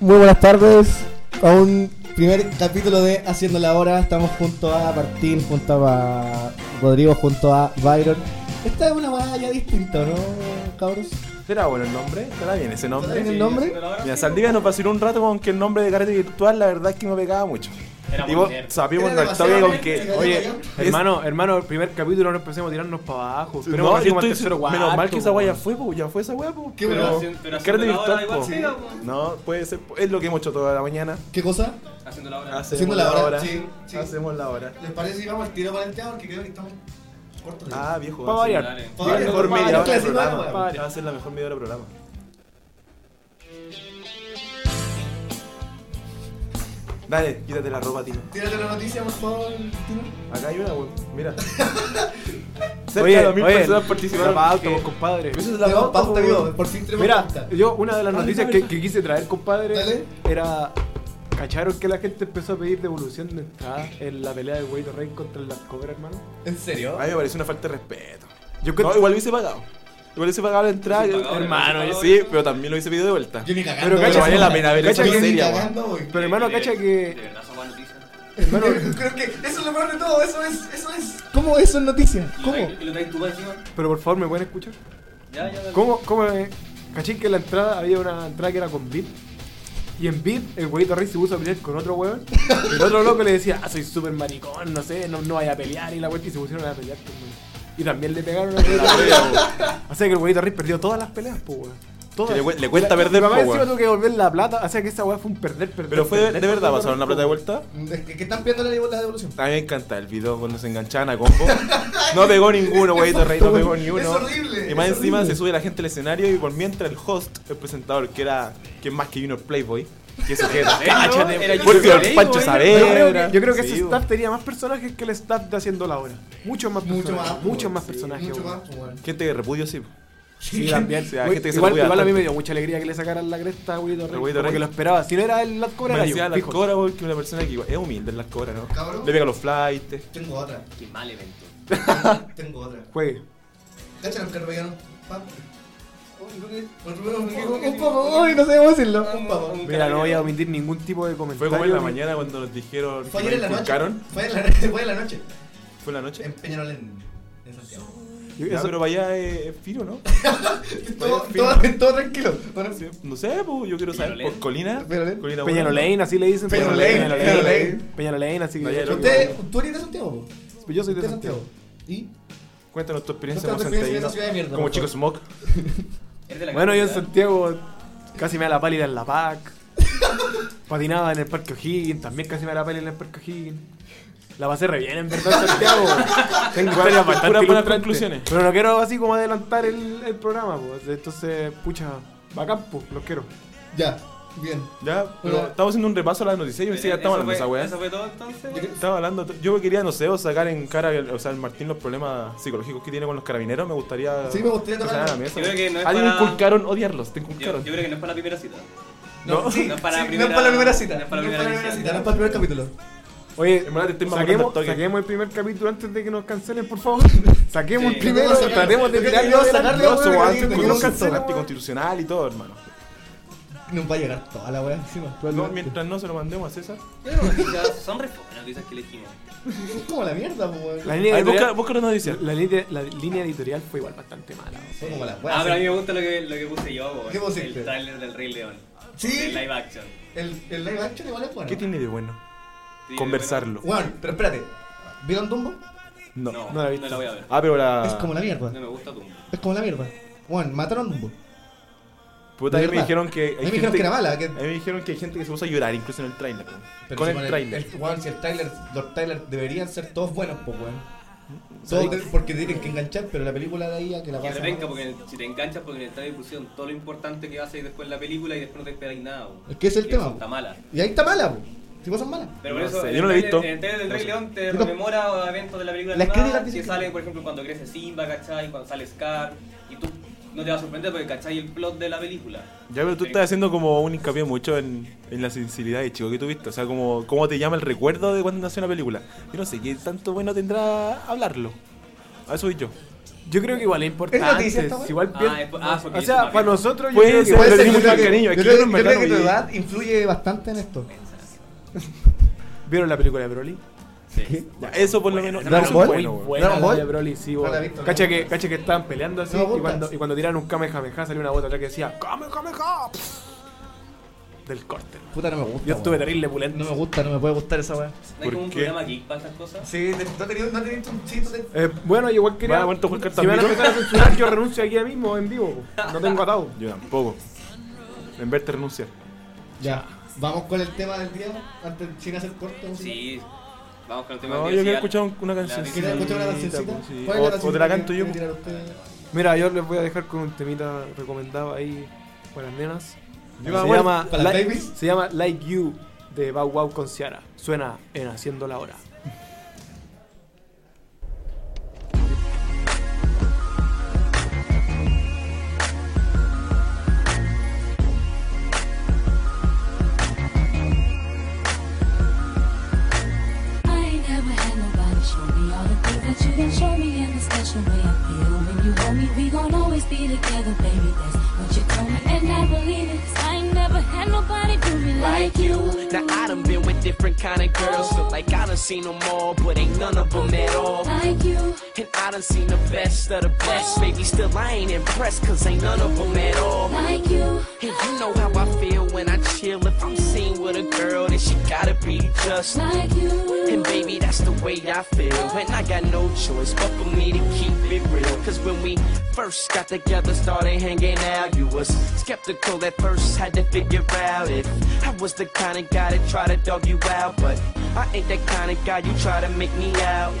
Muy buenas tardes a un primer capítulo de Haciendo la Hora. Estamos junto a Martín, junto a Rodrigo, junto a Byron. Esta es una weá ya distinta, ¿no, cabros? ¿Será bueno el nombre? ¿Estará bien ese nombre? ¿Está bien el nombre? Mira, Saldivia nos vaciló un rato con que el nombre de carrete virtual la verdad es que no pegaba mucho. Era y vos nerd. sabíamos Era al toque con demasiado que, nerd. oye, Es- Hermano, hermano, el primer capítulo no empecemos a tirarnos para abajo. no, Pero no, yo como al estoy- tercero cuarto. este menos mal que esa weá ya weón. fue, po, ya fue esa weá, po. Qué Pero- bueno. Pero el haciendo carrete la hora virtual, igual po. siga, po. No, puede ser, po. es lo que hemos hecho toda la mañana. ¿Qué cosa? Haciendo la hora. Hacemos Haciendo la hora, sí, sí. Hacemos la hora. ¿Les parece si vamos al tiro para el tema? Porque creo que estamos cortos. Ah, viejo. Pa' va a ser- variar. Dale. Pa' la variar, mejor pa' media variar, hora de clásico, programa. pa' variar. Va a ser la mejor media hora de programa. Dale, quítate la ropa, tío. Tírate la noticia, por favor. Acá hay una, weón. Mira. Cerca Oye, de 2000 oye, personas participaron. la pauta, Eh, vos, compadre. eso es la Tenemos pauta, pauta, weón. amigo. Por fin tenemos Mira, pauta. yo una de las Dale, noticias dale. que, que quise traer, compadre, Dale. era. ¿Cacharon que la gente empezó a pedir devolución de entrada en la pelea de Wade Rey contra el Cobra, hermano? ¿En serio? A mí me parece una falta de respeto. Yo creo- No, igual hubiese pagado. Igual hubiese pagado la entrada, Hubiese pagado, hermano. hubiese y pagado, Sí, ¿no? pero también lo hubiese pedido de vuelta. Yo ni cagando. Pero voy. cacha- vale la pena ver cacha esa que- Yo ni serie, weón. cagando, voy. Pero hermano, cacha De que. verdad, esa buena noticia. Hermano, Creo que eso es lo peor de todo, eso es, eso es. ¿Cómo eso es noticia? ¿Y lo ¿Cómo? traes- y lo traes tú pa' encima? pero por favor, ¿me pueden escuchar? Ya, ya, dale. ¿Cómo, cómo eh, caché que en la entrada había una entrada que era con beat? Y en beat, el huevito Rey se puso a pelear con otro huevón. y El otro loco le decía, ah, soy súper maricón, no sé, no, no vaya a pelear. Y la vuelta y se pusieron a pelear con weón. Y también le pegaron a O sea que el huevito Rey perdió todas las peleas, pues, weón. Que Todas. le, cue- le cuesta Mi perder, po, mamá encima weón. tuvo que devolver la plata. O sea que esa weá fue un perder, perder. Pero fue de, perder de con verdad, todo pasaron la el mundo, plata de vuelta. Es que, que están pidiendo la, la devolución. A mí me encanta el video cuando se enganchaban a combo. No pegó ninguno, huevito rey, no pegó ni uno. Es horrible, Y más es encima horrible. se sube la gente al escenario y por mientras el host, el presentador, que era, que es más que Junior Playboy, que se queda, cáchate, Era vuelve Junior al Playboy, Pancho yo weón. Yo creo Saavedra. que, yo creo que Sí, ese weón. staff tenía más personajes que el staff de haciendo la hora. Mucho más Mucho personajes, más. Muchos po, más sí, personajes, Mucho weón. más, po, weón. Gente de repudio, sí. Sí, también. Sí, hay Güey, gente que se igual cuida igual a mí bastante. me dio mucha alegría que le sacaran la cresta a Huguito Rey. Huguito Porque Rey. lo esperaba. Si no era el Lat Cobra, Me era yo. decía las fijo. cobras, weón, que una persona que es humilde en las cobras, ¿no? Cabrón. Le pega los flights. Tengo otra. Qué mal evento. Tengo otra. Juegue. Cacha los carros veganos. Pam. eh. Un poco, uy, no sé cómo decirlo. Un poco. Mira, no voy a omitir ningún tipo de Fue comentario. como en la ni- mañana cuando nos dijeron Fue ayer en la nos noche. Em, inculcaron. Fue en la noche. Fue en la noche. Fue en la noche. En Peñarol en, en Santiago. Yo- Ya, eso- pero vaya eh, es fino, ¿no? Todo, en fin. todo, todo tranquilo. Bueno, Sí, No sé, pues yo quiero saber. Peñalolén. Por Colina. Peñalolén. Colina Peñalolén, así le dicen. Peñalolén, Peñalolén. Peñalolén. Peñalolén, así No, que. ya, yo- ¿Usted, ¿Tú eres de Santiago? po? Yo soy ¿Usted de Santiago. ¿Y? Cuéntanos tu experiencia Cuéntanos como tu experiencia en esa ciudad de santiaguino. mierda, Como por chicos smog. Eres de la Bueno, yo en capital. Santiago casi me da la pálida en la PAC. Patinaba en el Parque O'Higgins, también casi me da la pálida en el Parque O'Higgins. La pasé re bien, en verdad, en Santiago. Tengo Puras- historias bastante puras buenas ilustrantes. conclusiones. Pero no quiero así como adelantar el, el programa, pues. Entonces, pucha, bacán, pues, los quiero. Ya, bien. Ya, pero Hola. estamos haciendo un repaso a las noticias. Yo pensé que ya estábamos Pero hablando de eso esa fue- weá. Eso fue todo entonces. Yo creo- Estaba hablando. Yo quería, no sé, o sacar en cara, el- o sea, el Martín los problemas psicológicos que tiene con los carabineros. Me gustaría. Sí, me gustaría que tocar- sacaran a la mesa. Yo creo que no es Alguien para- inculcaron odiarlos, te Yo, inculcaron. yo creo que no es para la primera cita. No, sí, no es para la sí, primera- no es para la primera cita. no es para la no es primera para la cita. cita, No es para el primer capítulo. Oye, En verdad te estoy mamando saquemos, al toque. saquemos el primer capítulo antes de que nos cancelen, por favor. Saquemos Sí. el primero, Vamos a sacar- tratemos de yo creo tirarlo que vamos a adelante, sacarle, no, weón, su que antes de que tenemos nos que Es cancelen. hacer- anticonstitucional y todo, hermano. Nos va a llegar toda la wea encima. No, mientras no se lo mandemos a César. Pero las noticias son re buenas noticias que elegimos. Es como la mierda, po, weón. La línea Ahí busca, editorial, busca las noticias. la línea- la línea editorial fue igual bastante mala. weón. Fue como la wea. Ah, pero a mí me gusta lo que, lo que puse yo, weón. ¿Qué pusiste? El tráiler del Rey León. El Sí, live action. el, el live action igual es bueno. ¿Qué tiene de bueno? Sí, Conversarlo. Weón, pero espérate. ¿Vieron Dumbo? No. bueno. No, no no la he la, visto. voy a ver. Ah, pero la. Es como la mierda. No me gusta Dumbo. Es como la mierda. Weón, mataron a Dumbo. De Puta, a mí me verdad. dijeron que. A este hay mí me gente- dijeron que era mala. Que... A mí me dijeron que hay gente que se puso a llorar incluso en el trailer. weón. Pero Con si el trailer. el- Weón, si el trailer, los trailers deberían ser todos buenos, pues weón. Todos de- porque tienen que enganchar, pero la película de ahí a que la Que te pasa. venga, porque en el- si te enganchas, porque en el trailer pusieron todo lo importante que hace después en la película y después no te esperáis nada. weón. Es que ese es el Y tema, eso weón. Está mala. Y ahí está mala, po. Si cosas malas. Pero por No eso, sé, en yo no lo he el tráiler- visto. En el trailer del Rey León te Yo tampoco. rememora eventos de la película Las animada, críticas dicen que que- sale, por ejemplo, cuando crece Simba, ¿cachai? Cuando sale Scar, y tú no te vas a sorprender porque cachai el plot de la película. Ya, pero tú estás haciendo como un hincapié mucho en, en la sinceridad de chico que tuviste. O sea, como cómo te llama el recuerdo de cuando nació una película. Yo no sé qué tanto bueno tendrá hablarlo. A eso voy yo. Yo creo que igual es importante. noticia esta, si weón? igual Ah, piensa- es por- ah, porque o yo sea, soy para bacán. nosotros yo Puede creo que ser, igual puede Puede ser ser, tenemos que yo una- mucho cariño, creo, yo aquí creo- nos yo creo que tu mataron edad hoy. influye bastante en esto. ¿Vieron la película de Broly? ¿Qué? Ya, Eso por lo menos. Dragon eso es Ball? bueno, Muy weón. buena ¿Dragon la Ball? de Broly, sí, No la he weón. visto, no. Cacha que, cacha que estaban peleando así No me y, gusta. cuando, y cuando tiraron un Kamehameha salió una bota atrás que decía Kamehameha del corte. Puta, no me gusta. Yo estuve weón. terrible pulento. No me gusta, no me puede gustar esa weá. ¿No hay ¿Por como un qué? programa geek para estas cosas? Sí, no he tenido, no he tenido un chito de. Eh, bueno, yo igual quería. Van a aguantar jugar cartas si van a mil. empezar a censurar, yo renuncio aquí ahora mismo en vivo. po. No tengo atado. Yo tampoco. En verte renunciar. Ya. Vamos con el tema del día, antes sin hacer corte. ¿no? Sí. Vamos con el tema No, del yo día, sí, quiero escuchar un- una canción. cancioncita, ¿Quieren escuchar una cancioncita? ¿Cuál es la pues, O, o te cancioncita la canto que yo. pues. quieren po. tirar ustedes? Mira, yo les voy a dejar con un temita recomendado ahí para las nenas. Se Yo me acuerdo, llama, ¿para las Like- babies? se llama Like You de Bow Wow con Ciara. Suena en Haciendo la Hora. I ain't never had nobody show me all the things that you done show me in the special way I feel when you hold me. We gon' always be together, baby. That's what you told me, and I believe it. 'Cause I ain't never had nobody do me like you. Now I done been with different kind of girls, look like I done seen them all, but ain't none of them at all. Like you, And I done seen the best of the best, baby, still I ain't impressed, cause ain't none of them at all. like you. And you know how I feel when I chill, if I'm seen with a girl, then she gotta be just. Like you, And baby, that's the way I feel. And I got no choice but for me to keep it real. Cause when we first got together, started hanging out, you was skeptical at first. Had to figure out if I was the kind of guy that try to dog you out. But I ain't that kind of guy you try to make me out.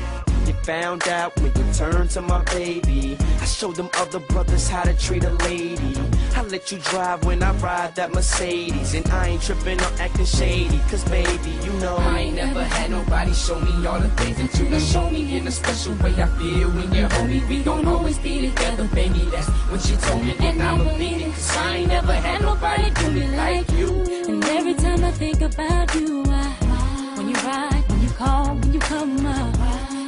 You found out when you turned to my baby. I showed them other brothers how to treat a lady. I let you drive when I ride that Mercedes. And I ain't tripping or acting shady. Cause baby, you know I ain't never had nobody show me all the things that you done show me in a special way. I feel when you're homie, we gon' always be together, baby. That's what you told me, and I believe it. Cause I ain't never had nobody do me like you. and every time I think about you, I, when you ride, when you call, when you come up,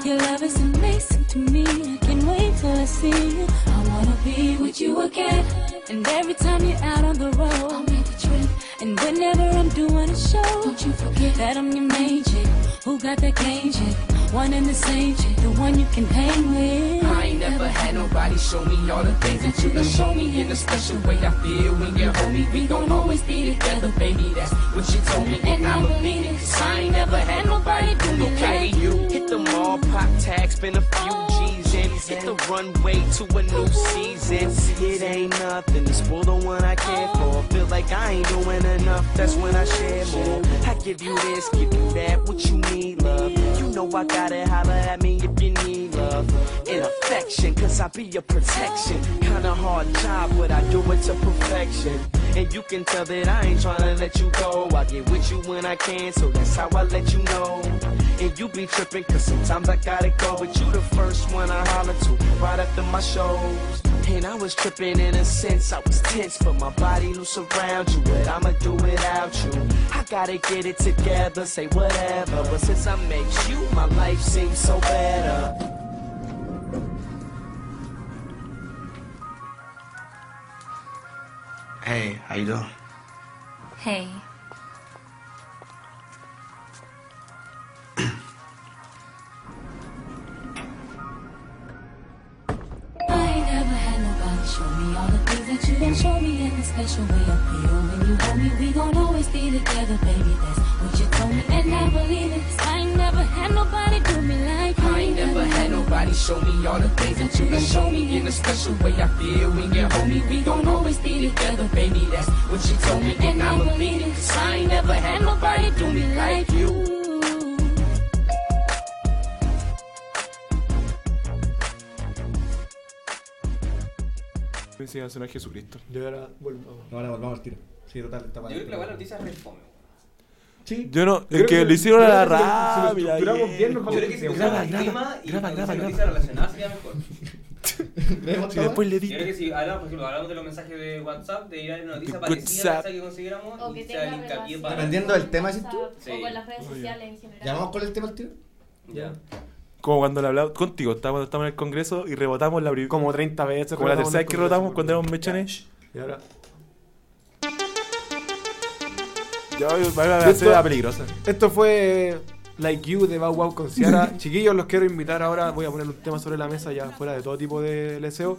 your love is amazing to me. I can't wait till I see you. I wanna be with you again, and every time you're out on the road, I'll make a trip. And whenever I'm doing a show, don't you forget that I'm your main chick. Who got that game chick? One and the same chick, the one you can hang with. I ain't never had nobody show me all the things that you done show me in a special way. I feel when you're homie, we gon' always be together, baby. That's what you told me, and I believe it. 'Cause I ain't never had nobody do me like you. Hit the mall, pop tag, spend a few G's in. Hit the runway to a new season. It ain't nothing, it's for the one I care for. Feel like I ain't doing enough, that's when I share more. I give you this, give you that, what you need, love. You know I gotta holler at me if you need love and affection, cause I be your protection. Kinda hard job, but I do it to perfection. And you can tell that I ain't tryna let you go. I get with you when I can, so that's how I let you know. And you be tripping, cause sometimes I gotta go. But you the first one I holler to right after my shows. And I was tripping in a sense, I was tense, but my body loose around you. But I'ma do without you. I gotta get it together, say whatever. But since I met you, my life seems so better. Hey, how you doing? Hey, I ain't never had nobody show me all the things that you done show me in a special way I feel when you hold me. We gon' always be together, baby. That's what you told me, and I believe it. 'Cause I ain't never had nobody do me like you. I ain't never had nobody show me all the things that you done show me in a special way. I feel when you're homie, we gon' always be together, baby. That's what you told me, and I believe it. Cause I ain't never had nobody do me like you. you. Me enseñó a sonar Jesucristo. Yo ahora vuelvo. No, ahora volvamos al tiro. Sí, total, está Yo mal. creo que la buena noticia es respome. Sí. Yo no, Creo el que que- le hicieron a creo la que si lo- si lo rap. estructuramos bien, nos Yo creo que si Graba, pusiéramos un tema y graba, graba, una graba. noticia relacionada sería mejor. ¿Vemos Y esta después weá? le Yo creo di. que si hablamos, por ejemplo, hablamos de los mensajes de WhatsApp, de ir a una noticia De parecida a la WhatsApp. esa que consiguiéramos O y que sea el tenga hincapié relación para. Dependiendo del tema, ¿sí tú? O Sí. con las redes sociales en general. ¿Ya vamos con el tema al tiro? Ya. Como cuando le hablaba contigo, está- cuando estábamos en el Congreso y rebotamos la primera. Como 30 veces. Como la tercera rotamos los vez que congresos, rotamos cuando weón. éramos mechones. Y ahora. Ya, ya, ya, ya, ya, Esto- se vea peligrosa. Esto fue Like You de Bow Wow con Ciara. Chiquillos, los quiero invitar ahora. Voy a poner un tema sobre la mesa ya fuera de todo tipo de leseo.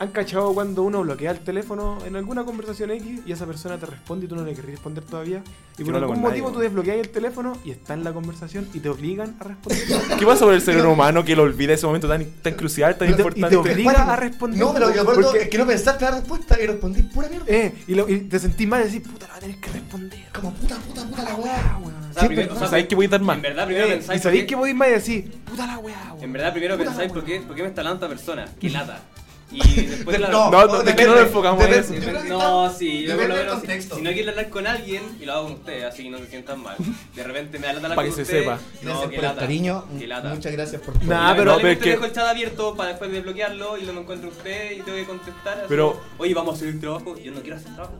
¿Han cachado cuando uno bloquea el teléfono en alguna conversación X y esa persona te responde y tú no le querés responder todavía? Y Yo por no hablo algún con nadie, motivo tú weón. desbloqueas el teléfono y está en la conversación y te obligan a responder. ¿Qué pasa por el cerebro humano que lo olvida ese momento tan, tan crucial, tan Y te- y te importante? obliga- Mira, ha respondido. No, pero yo acuerdo Porque- es que no pensaste la respuesta y respondí pura mierda. Eh, y, lo- y te sentís mal y decís, puta, la voy a tener que responder. Como puta, puta, puta la weá. O Sí, sea, primero- pero- o sea, ¿sabéis que voy a dar más? En verdad, primero Eh, y pensáis. sabéis por que qué- podéis más y decís, puta la weá, weón. En verdad, primero Puta la pensáis weá. por qué, por qué me está hablando esta persona. Qué lata. Y después la no, no, de que no nos enfocamos en depende. eso. Yo creo que Pues No, está- sí, yo depende por lo del menos. Si, contexto. si no quiero hablar con alguien, y lo hago con ustedes, así que no se sientan mal. De repente me da lata la Pa' que con se ustedes. sepa. Gracias No, qué por el lata. cariño. Qué lata. Muchas gracias por todo. Nah, Ah, pero- Probablemente pero es que- dejo el chat abierto para después desbloquearlo y lo me encuentro usted y tengo que contestar. así, Pero- oye, vamos a hacer el trabajo. Yo no quiero hacer trabajo.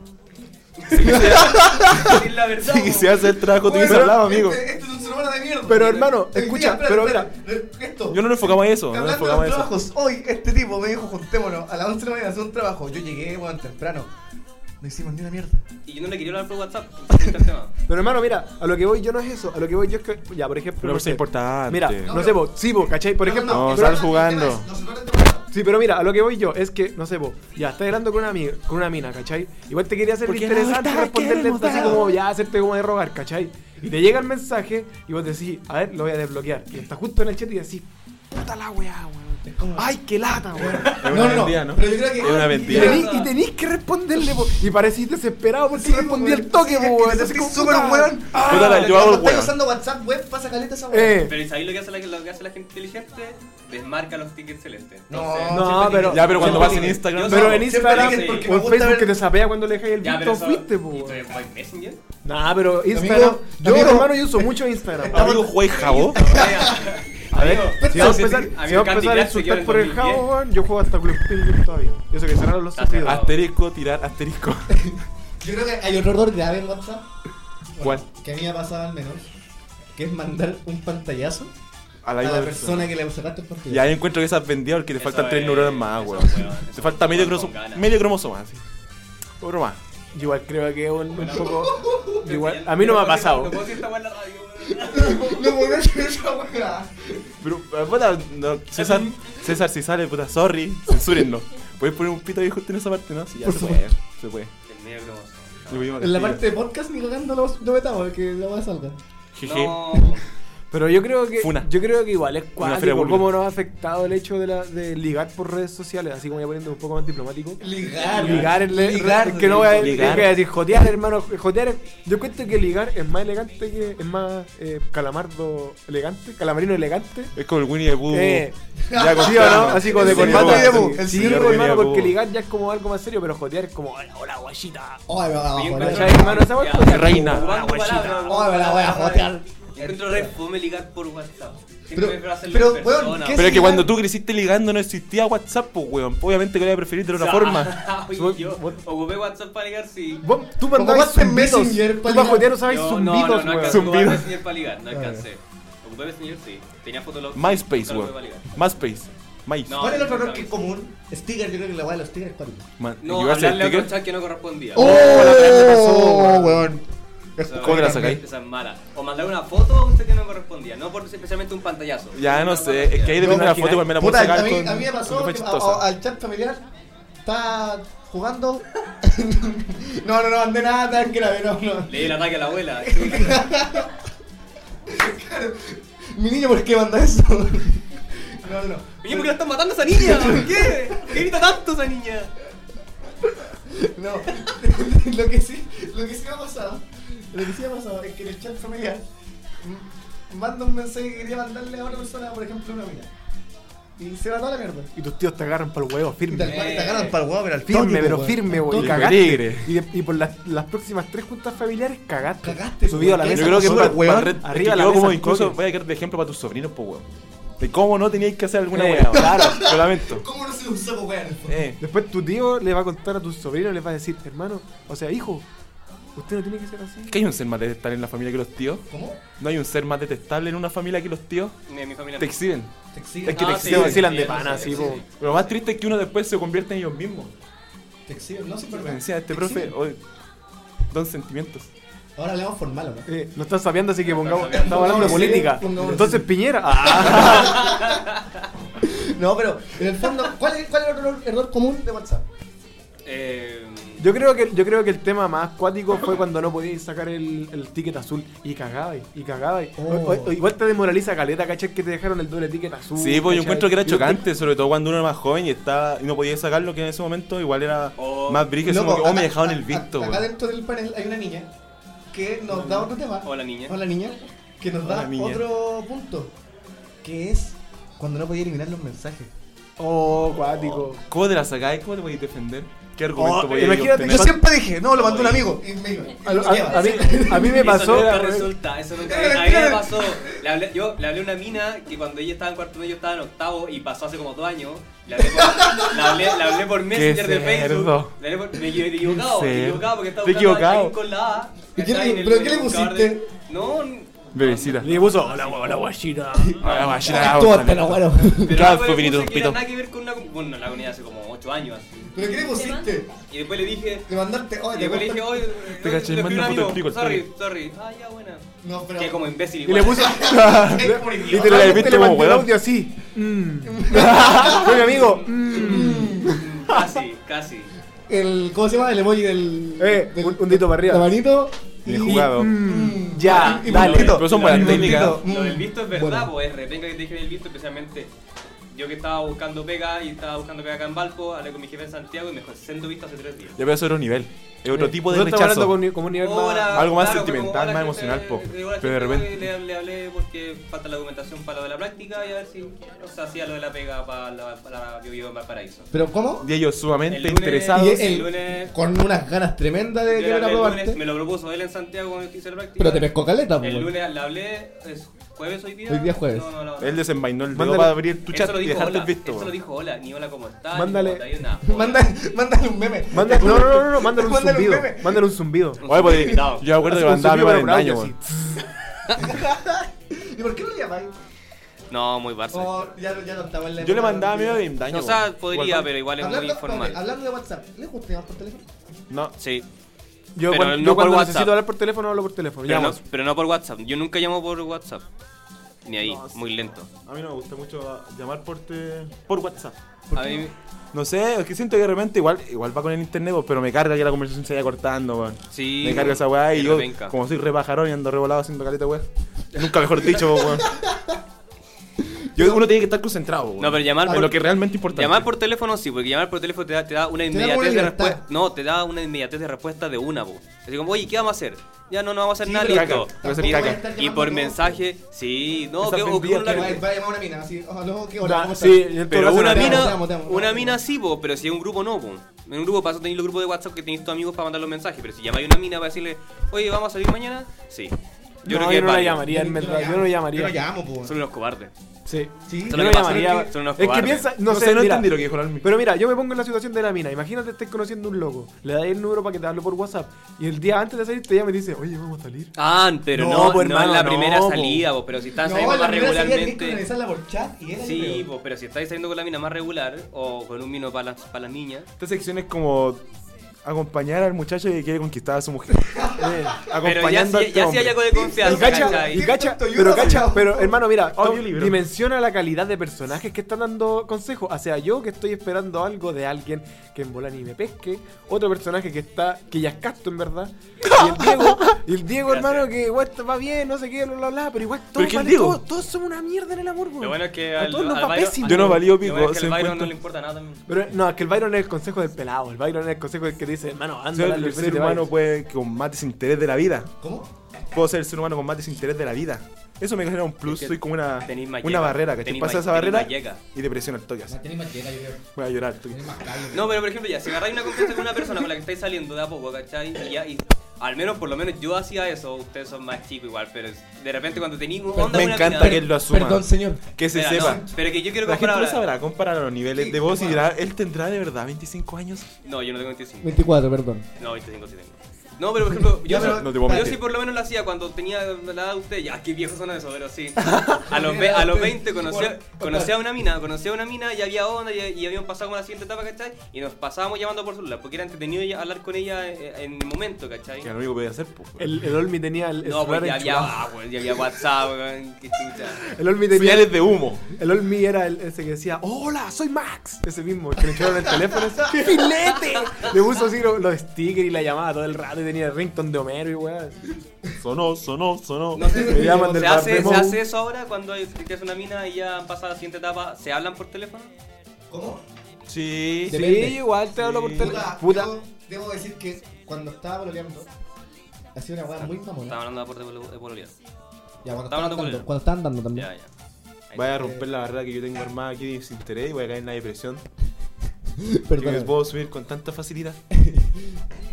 Sí, que sea- decir la verdad. Si quisiera hacer el trabajo, tú Bueno, hubieses hablado, amigo. Este, este es un semana de mierda. Pero, hermano, Hoy día, escucha, espérate, pero espérate, Esto. Yo no nos enfocamos en eso, no nos Hablando de los enfocamos en trabajos, eso. hoy este tipo me dijo, juntémonos a las 11 de la mañana a hacer un trabajo. Yo llegué, weón, temprano. No hicimos ni una mierda. Y yo no le quería hablar por WhatsApp. entonces, este tema. Pero hermano, mira, a lo que voy yo no es eso, a lo que voy yo es que, ya, por ejemplo, Una no persona sé, importante. Mira, No, no, pero- sé, vos, sí, vos, ¿cachai? Por ejemplo, no, pero- están jugando. sí, pero mira, a lo que voy yo es que, no sé, vos, ya, estás hablando con una, amiga, con una mina, ¿cachai? Igual te quería hacer Porque interesante ahora responderle queremos así dar. como, ya, hacerte como de rogar, ¿cachai? Y te llega el mensaje y vos decís, a ver, lo voy a desbloquear. Y está justo en el chat y decís, puta la weá, weón. Ay, qué lata, weón. Es una mentira, ¿no? Pero yo creo que. Es una Y mentira. tenís, y tenís que responderle, po. Y parecís desesperado porque Sí, respondí weón. al Sí, toque, es po, que weón. te Así sentís como, súper puta. weón. Puta la- yo hago Ah, Cuando el estás weón. usando WhatsApp web, pasa caleta esa weá. Eh. Pero ¿y ¿sabéis lo que hace la, lo que hace la gente inteligente? Desmarca los tickets celestes. No, Entonces- No, pero. Ya, pero cuando Yo vas en siempre- Instagram. yo Pero siempre- en Instagram dije porque o me en gusta Facebook ver- que te sapea cuando le dejáis el Ya, visto, eso- fuiste, po. ¿Y weón. todavía jugáis Messenger? Nah, pero Instagram. yo, amigo- hermano, yo uso mucho Instagram. Estamos- Amigo, juega jabo. A ver, Amigo, si vamos a amigo, empezar, amigo, si vamos a, Candy empezar a Crush se quedó insultar en por el 2010. jabo, weón, yo juego hasta Club Penguin todavía. Yo sé que cerraron los Está sentidos. cerrado. Asterisco, tirar, asterisco. Yo creo que hay otro error grave en WhatsApp. ¿Cuál? Que a mí me ha pasado al menos. Que es mandar un pantallazo A a la la misma persona. persona que le sacaste el pantallazo. Y ahí encuentro que esas vendidas porque le Eso faltan tres es- neuronas más, eso, weón. weón, eso Te falta medio con cromosoma. ganas. Medio cromosoma, así. Otro más. Yo igual creo que es un, un poco. Pero Igual, si ya- a mí no me ha puedo- pasado. No puedo decir esta weá en la radio, weón. No podía hacer esa weá. Pero, eh, puta, no, César, César, si sale, puta, sorry, censúrenlo. Puedes poner un pito ahí justo en esa parte, ¿no? Sí, ya Por se puede, se puede. El medio cromosoma. Yo voy En a la decir, parte de podcast ni cagando lo, lo metamos, que la weá salga. Jeje. No, Pero yo creo que Funa. yo creo que igual es feria cuático pública. cómo nos ha afectado el hecho de, la, de ligar por redes sociales, así como ya poniendo un poco más diplomático. Ligar. Ligar es le- Ligar, que no voy a, ligar. que voy a decir jotear, hermano, jotear. es- Yo cuento que ligar es más elegante que es más eh, calamardo elegante, calamarino elegante. Es como el Winnie the Pooh. Eh, Ya ¿Sí o no? Así como de El señor corbata. Winnie the Pooh, sí, el sí, señor hermano, Winnie the Pooh. porque ligar ya es como algo más serio, pero jotear es como hola, hola guayita. Ay, me va a Bien, joder. ¿Cachai, hermano? Esa Ya. hueá es jotear. Reina. Ocupando palabras, Oh, Ah, me la voy a jotear. Encuentro re fome ligar por WhatsApp. Pero- Siempre prefiero hacerlo pero, en weón, ¿qué persona, Pero es que ligar? cuando tú creciste ligando no existía WhatsApp, pues, weón. Obviamente que lo iba a preferir de otra forma. Ah. Oye, Subo- yo vos- ocupé WhatsApp para ligar, sí. Vos, tú Como mandabas WhatsApp zumbidos. Messenger, Tú para para ligar. jotear usabas Yo- no, zumbidos, no, no weón. alcancé a ocupar Zumbidos. Ah, Messenger para ligar, no alcancé. Ocupé Messenger, sí. Tenía Fotolog. MySpace, nunca lo ocupé para weón. ligar. MySpace. MySpace. No. ¿Cuál es el otro error que es común? Sticker, yo creo que la weá de los stickers es cuática. Man, ¿y No, vas a hacer hablarle a otro sticker? chat que no correspondía. la otra vez me pasó, weón. weón. Esa- Oh, ¿Cómo te la sacáis? Esa es mala. O mandar una foto a usted que no correspondía. No por especialmente un pantallazo. Ya no sé, es que ahí No, depende de la imagina- foto, igual me la puedo Puta, sacar a mí, con- a mí me oh, con pasó ropa que a- chistosa. a- al chat familiar está jugando. no, no, no, andé nada tan grave, no, no. Le di el ataque a la abuela. Mi niño, ¿por qué manda eso? no, no. Oye, ¿por qué la están matando a esa niña? ¿Por qué? ¿Qué grita tanto esa niña? No, lo que sí, lo que sí me ha pasado, lo que sí me ha pasado es que en el chat familiar m- manda un mensaje que quería mandarle a otra persona, por ejemplo, a una amiga. Y se va toda la mierda. Y tus tíos te agarran para el huevo, Y firme. tal cual, y te agarran para el huevo, pero al Firme, toque, pues, pero weón. firme, güey. Al Y toque. cagaste. Peligre. Y, de- y por las, las próximas tres juntas familiares cagaste. Cagaste, Subido a la güey. mesa. Yo creo que Esa para, basura, weón. para red- es Arriba que la yo mesa como al incluso toque. voy a quedar de ejemplo para tus sobrinos, pues weón. De cómo no teníais que hacer alguna Eh, weá. claro. Lo lamento. ¿Cómo no se lo usó, weón? Eh, Después tu tío le va a contar a tus sobrinos, les va a decir, hermano, o sea, hijo, Usted no tiene que ser así. ¿Qué hay un ser más detestable en la familia que los tíos? ¿Cómo? ¿No hay un ser más detestable en una familia que los tíos? Ni mi familia. Te exhiben. ¿Te Es exhiben? que Ah, te sí, exhiben. sí, la- de sí, pana, sí, sí, sí, po. sí. Lo más triste es que uno después se convierte en ellos mismos. ¿Te exhiben? No, sí, Me perdón. decía este ¿Te oh. profe, exhiben? hoy, don sentimientos. Ahora le vamos formal, ¿o ¿no? Eh, lo estás sabiendo, así que pongamos. sabiendo. Estamos hablando de Pongamos en serio, política. pongamos en Entonces, serio. Piñera. Ah, No, pero en el fondo, ¿cuál es, cuál es el error, error común de WhatsApp? Eh, yo, creo que, yo creo que el tema más cuático fue cuando no podías sacar el, el ticket azul. Y cagabais, y cagabais. Oh. O- o- igual te desmoraliza caleta, ¿cachai? Que te dejaron el doble ticket azul. Sí, pues yo Uh, ¿cachai? encuentro que era Y yo- chocante, sobre todo cuando uno era más joven y estaba y no podía sacarlo, que en ese momento igual era Oh. más brillo, sino Loco, que oh, me acá- dejaron a- el visto, Acá weón. dentro del panel hay una niña que nos da otro tema. Hola, niña. Hola niña. Que nos da Hola, niña. otro punto. Que es cuando no podía eliminar los mensajes. Oh, cuático. ¿Cómo te la sacáis? ¿Cómo te podéis defender? ¿Qué Oh, argumento podías imagínate, obtener? Yo siempre dije, no, lo mandó un amigo. Y me iba. A, lo- a- a mí, a mí me eso pasó. nunca al revés. resulta, eso nunca. A mí me pasó. Le hablé- yo le hablé a una mina que cuando ella estaba en cuarto medio estaba en octavo y pasó hace como dos años. Le hablé por, le hablé, le hablé por Messenger de cerdo. Facebook. Le hablé por- me equivo- equivocado, me cerdo. equivocado porque estaba Te buscando a equivocado. alguien con la A. ¿Y qué le- ¿cachai? En el- pero en qué el le buscador pusiste? de- No, n- Bebecita. Le puso, hola, hola, guachita. Ah, va, ya la Estuvo vamos a hasta la poner. guaro. pero Claro, no fue le finito puse un que era pito. nada que ver con una. Bueno, la comunidad hace como 8 años así. ¿Pero qué le pusiste? Y después le dije. Le mandaste. Y Oye, después le dije, oye, Te te caché, escribí un manda foto del amigo, pico, el sorry, sorry. Ah, ya, buena. No, pero. Que como imbécil Y le igual. puso. Ah, y te la le, viste te le como mandé el weón. audio así. Mm. Fue mi amigo. Mm, Casi, casi. El, ¿Cómo se llama? El emoji del. Eh, del- un- un dito para arriba. La manito. Bien y- jugado. Mm. Ya, Y- y dale. maldito. Pero son buenas Y técnicas. maldito. Lo del visto es verdad, Mm, Bueno. pues retenga que te dije del visto, especialmente yo que estaba buscando pega y estaba buscando pega acá en Valpo, hablé con mi jefe en Santiago y me dijo, sendo visto hace tres días. Ya, pero eso era otro nivel. Es otro tipo de eh, Nosotros estamos hablando rechazo. con ni- como un nivel más- Hola, algo más claro, fue sentimental, como, hola, más jefe, emocional, po. eh, hola, Pero de jefe, repente- Le, le hablé porque falta la documentación para lo de la práctica y a ver si nos hacía lo de la pega para la, para la Bio Valparaíso. Pero ¿cómo? Y ellos El sumamente lunes- interesados. Y el él, lunes- con unas ganas tremendas de Yo le querer hablé el lunes, aprobarte. me lo propuso él en Santiago cuando hice la práctica. Pero te pescó caleta, pues. El lunes le hablé, es jueves hoy día. Hoy día es jueves. No, no, no, no. Él desenvainó el dedo Mándale- para abrir tu Él chat solo y dijo dejarte hola, el visto. él solo weón. dijo hola, ni hola, ¿cómo estás? Mándale- Mándale, mándale un meme. Mándale, no, no, no, no, mándale Mándale un un zumbido. meme. mándale un zumbido. Oye, pues, invitado. yo me acuerdo que Hace un mandaba a mi zumbido, madre en pero daño, por weón. audio, ¿Y por qué no le llamáis? No, muy Barça. Oh, ya, no- ya no estaba en la Yo le época mandaba a mi del- madre en daño. o sea, weón. podría, Igual- pero igual es hablando, muy informal. espérate, hablando de WhatsApp, ¿le gusta llamar por teléfono? No, Sí, Yo, Pero cuando, no yo por cuando WhatsApp. necesito hablar por teléfono, hablo por teléfono. pero no, Llamas. pero no por WhatsApp. Yo nunca llamo por WhatsApp. Ni ahí, muy lento. a mí no me gusta mucho llamar por, te- por WhatsApp. A mí, No sé, es que siento que de repente igual, igual va con el internet, pues, pero me carga que la conversación se vaya cortando, weón. sí. Me carga esa weá y me yo, penca. como soy re pajarón y ando revolado haciendo caleta, weón. Nunca mejor dicho, weón. Yo, uno tiene que estar concentrado, weón. No, pero llamar en por- lo que realmente importante. Llamar por teléfono sí, porque llamar por teléfono te da, te da da una una inmediatez de libertad. respuesta. No, te da una inmediatez de respuesta de una, po. Así como, oye, ¿qué vamos a hacer? Ya no, no vamos a hacer Sí, nada, pero listo. caca, voy a hacer Y- caca. Y por mensaje, sí, no, Esas que, o- vendidas una- que Va va a llamar una mina, así, oh, no, ¿qué Da- hora? ¿Cómo sí, estás? yo- Pero Todas una las semanas. mina, Te amo, te amo, te amo. una mina sí, po, pero si es un grupo no, po. En un grupo paso tenéis los grupos de WhatsApp que tenéis tus amigos para mandar los mensajes, pero si llamáis a una mina para decirle, oye, vamos a salir mañana, sí. Yo no, creo que yo no la válido. llamaría, en verdad, yo no la Yo llamaría. no llamo, pues. po. Son unos cobardes. Sí. Sí, Son Yo no lo que pasa, llamaría. son unos Es que cobardes. piensa, no, No, sé, sé, no mira, entendí lo que dijo el Almi. Pero mira, yo me pongo en la situación de la mina. Imagínate, estés conociendo un loco. Le das el número para que te hable por WhatsApp. Y el día antes de salir te llama y dice, oye, vamos a salir. Ah, pero No, no, po, no hermano, en la no, primera po. salida, po, pero si No, están saliendo la más primera salida tenés que regularmente. organizarla por chat y era Sí, libre. po, pero si estáis saliendo con la mina más regular o con un vino para las, para las niñas. Esta sección es como acompañar al muchacho que quiere conquistar a su mujer. Eh, Pero ya, Acompañando si- al ya si hay hombre. algo de Y confianza, cacha, ¿cachai? y cacha, Estoy pero yo, cacha, yo. pero hermano, mira, Audio tom- libro. dimensiona la calidad de personajes que están dando consejos. O sea, yo que estoy esperando algo de alguien que en bola ni me pesque, otro personaje que está, que ya es casto en verdad, y el Diego, y el Diego Gracias. hermano, que igual está- va bien, no sé qué, bla, bla, bla, pero igual todos, es que el valen- Diego- todos, todos somos una mierda en el amor, weón. Lo bueno es que A al, todos nos al va Byron- pésimo. Yo no valí- valió lo bueno es pico, que se al Byron encuentra- no le importa nada también. Pero no, es que el Byron es el consejo del pelado, el Byron es el consejo del que te dice, hermano, anda, Ser- dale, el frente, ser humano vaya". puede con más desinterés de la vida. ¿Cómo? Puedo ser el ser humano con más desinterés de la vida. Eso me genera un plus, Es que soy como una, tenés más una llega, barrera, ¿cachai? tenés Pasas más- esa tenés barrera más llega. y te presiona el toque así. La tenés más llena, yo creo. Voy a llorar. estoy- Tenés más cable. No, pero por ejemplo, ya, si agarráis una confianza con una persona con la que estáis saliendo de a poco, ¿cachai? Y ya, y al menos, por lo menos yo hacía eso, ustedes son más chicos igual, pero es- de repente cuando tenéis onda con Me una encanta mina- que él lo asuma. Perdón, señor. Que se Espera, sepa. no, pero que yo quiero La gente comprar lo ahora. sabrá, compara los niveles Sí, de voz y bueno. dirá, él tendrá de verdad 25 años. No, yo no tengo 25. 24, perdón. No, 25 sí tengo. No, pero por ejemplo, yo, No, pero- sí- no te puedo yo mentir. sí por lo menos lo hacía cuando tenía la edad de usted. Ya, qué viejo suena eso, pero sí. A los, ve- a los 20 conocí, a- conocí a una mina, conocí a una mina y había onda y, y habíamos pasado como a la siguiente etapa, ¿cachai? Y nos pasábamos llamando por celular porque era entretenido ya hablar con ella eh, en el momento, ¿cachai? Que era lo único que podía hacer, pues. weón. El, el Olmi tenía el, el No, pues ya celular había, enchufado. ah, pues, ya había WhatsApp, weón, qué chucha. El Olmi tenía. Señales de humo. El Olmi era el, ese que decía, hola, soy Max. Ese mismo, el que le echaron el teléfono. ese, ¡Filete! Le puso así lo- los stickers y la llamaba todo el rato y tenía el rington de Homero y weá. Sonó, sonó, sonó. No sé, Me llaman del ¿se, hace, Barremo. ¿se hace eso ahora cuando hay- te hace una mina y ya han pasado a la siguiente etapa? ¿Se hablan por teléfono? Sí. De- sí. Depende. Sí, igual te hablo por teléfono. Puta, Puta. Debo, debo decir que cuando estaba pololeando, hacía una weá muy Estaba mamona. hablando de por de pololear. Ya, cuando estaba estaba hablando con andando, él. cuando estaba andando también. Ya, ya. Vaya a romper la barrera que yo tengo armada aquí de desinterés y voy a caer en la depresión. Que me Perdón. puedo subir con tanta facilidad. Este,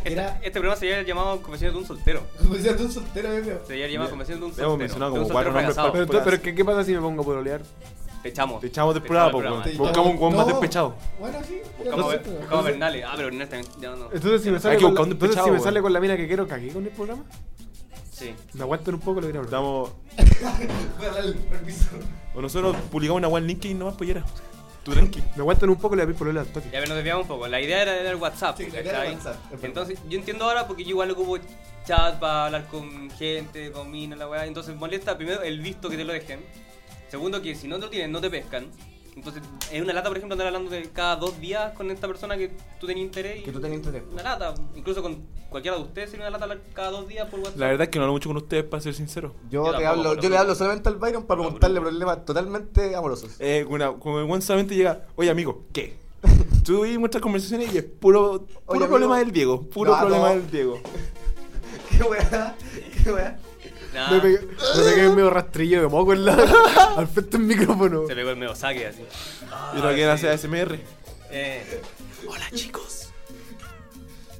Era- este programa se había llamado Confesiones de un soltero. Como decía tú, soltero, eh, pero- Se había llamado Ya. Confesiones de un Ya soltero. hemos mencionado de un como cuatro soltero nombres fracasado. Pero, tú- pero ¿qué, qué pasa si me pongo a pololear? Te echamos. Te echamos del programa, pues, del weón. programa. Buscamos un weón más No. despechado. Bueno, sí. Buscamos a pero- ver- buscamos a Bernales. Ah, pero Bernales también. Ya no. Entonces, si me sale, que con la, buscar un entonces, si despechado, me weón. sale con la mina que quiero, cagué con el programa. Sí. Me aguantan un poco lo que era, bro. Estamos. Voy a darle el permiso. O nosotros publicamos una weá en LinkedIn nomás, pues y era. Tú tranqui. Me aguantan un poco y le voy a pololear al toque. Ya pero nos desviamos un poco. La idea era de dar WhatsApp. Sí, la idea era ¿cachai? WhatsApp, es verdad. Entonces, yo entiendo ahora porque yo igual ocupo chat para hablar con gente, con mina, la weá. Entonces, molesta primero el visto que te lo dejen. Segundo, que si no te lo tienen, no te pescan. Entonces, es una lata, por ejemplo, andar hablando de cada dos días con esta persona que tú tenías interés. y- Que tú tenías interés. Una lata, incluso con cualquiera de ustedes sería una lata hablar cada dos días por WhatsApp. La verdad es que no hablo mucho con ustedes, para ser sincero. Yo, Yo te tampoco, hablo, pero- yo le hablo solamente al Byron para preguntarle problemas totalmente amorosos. Eh, con una- con el weón solamente llega, oye amigo, ¿qué? Tú y muchas conversaciones y es puro, puro amigo. problema del Diego. Puro No, problema no. del Diego. Qué weá, qué weá. Nah, Me pegué, me pegué medio rastrillo de moco en la, al frente del micrófono. se pegó el medio saque así. Y Ah, lo que hace ASMR. Este Eh, Hola chicos.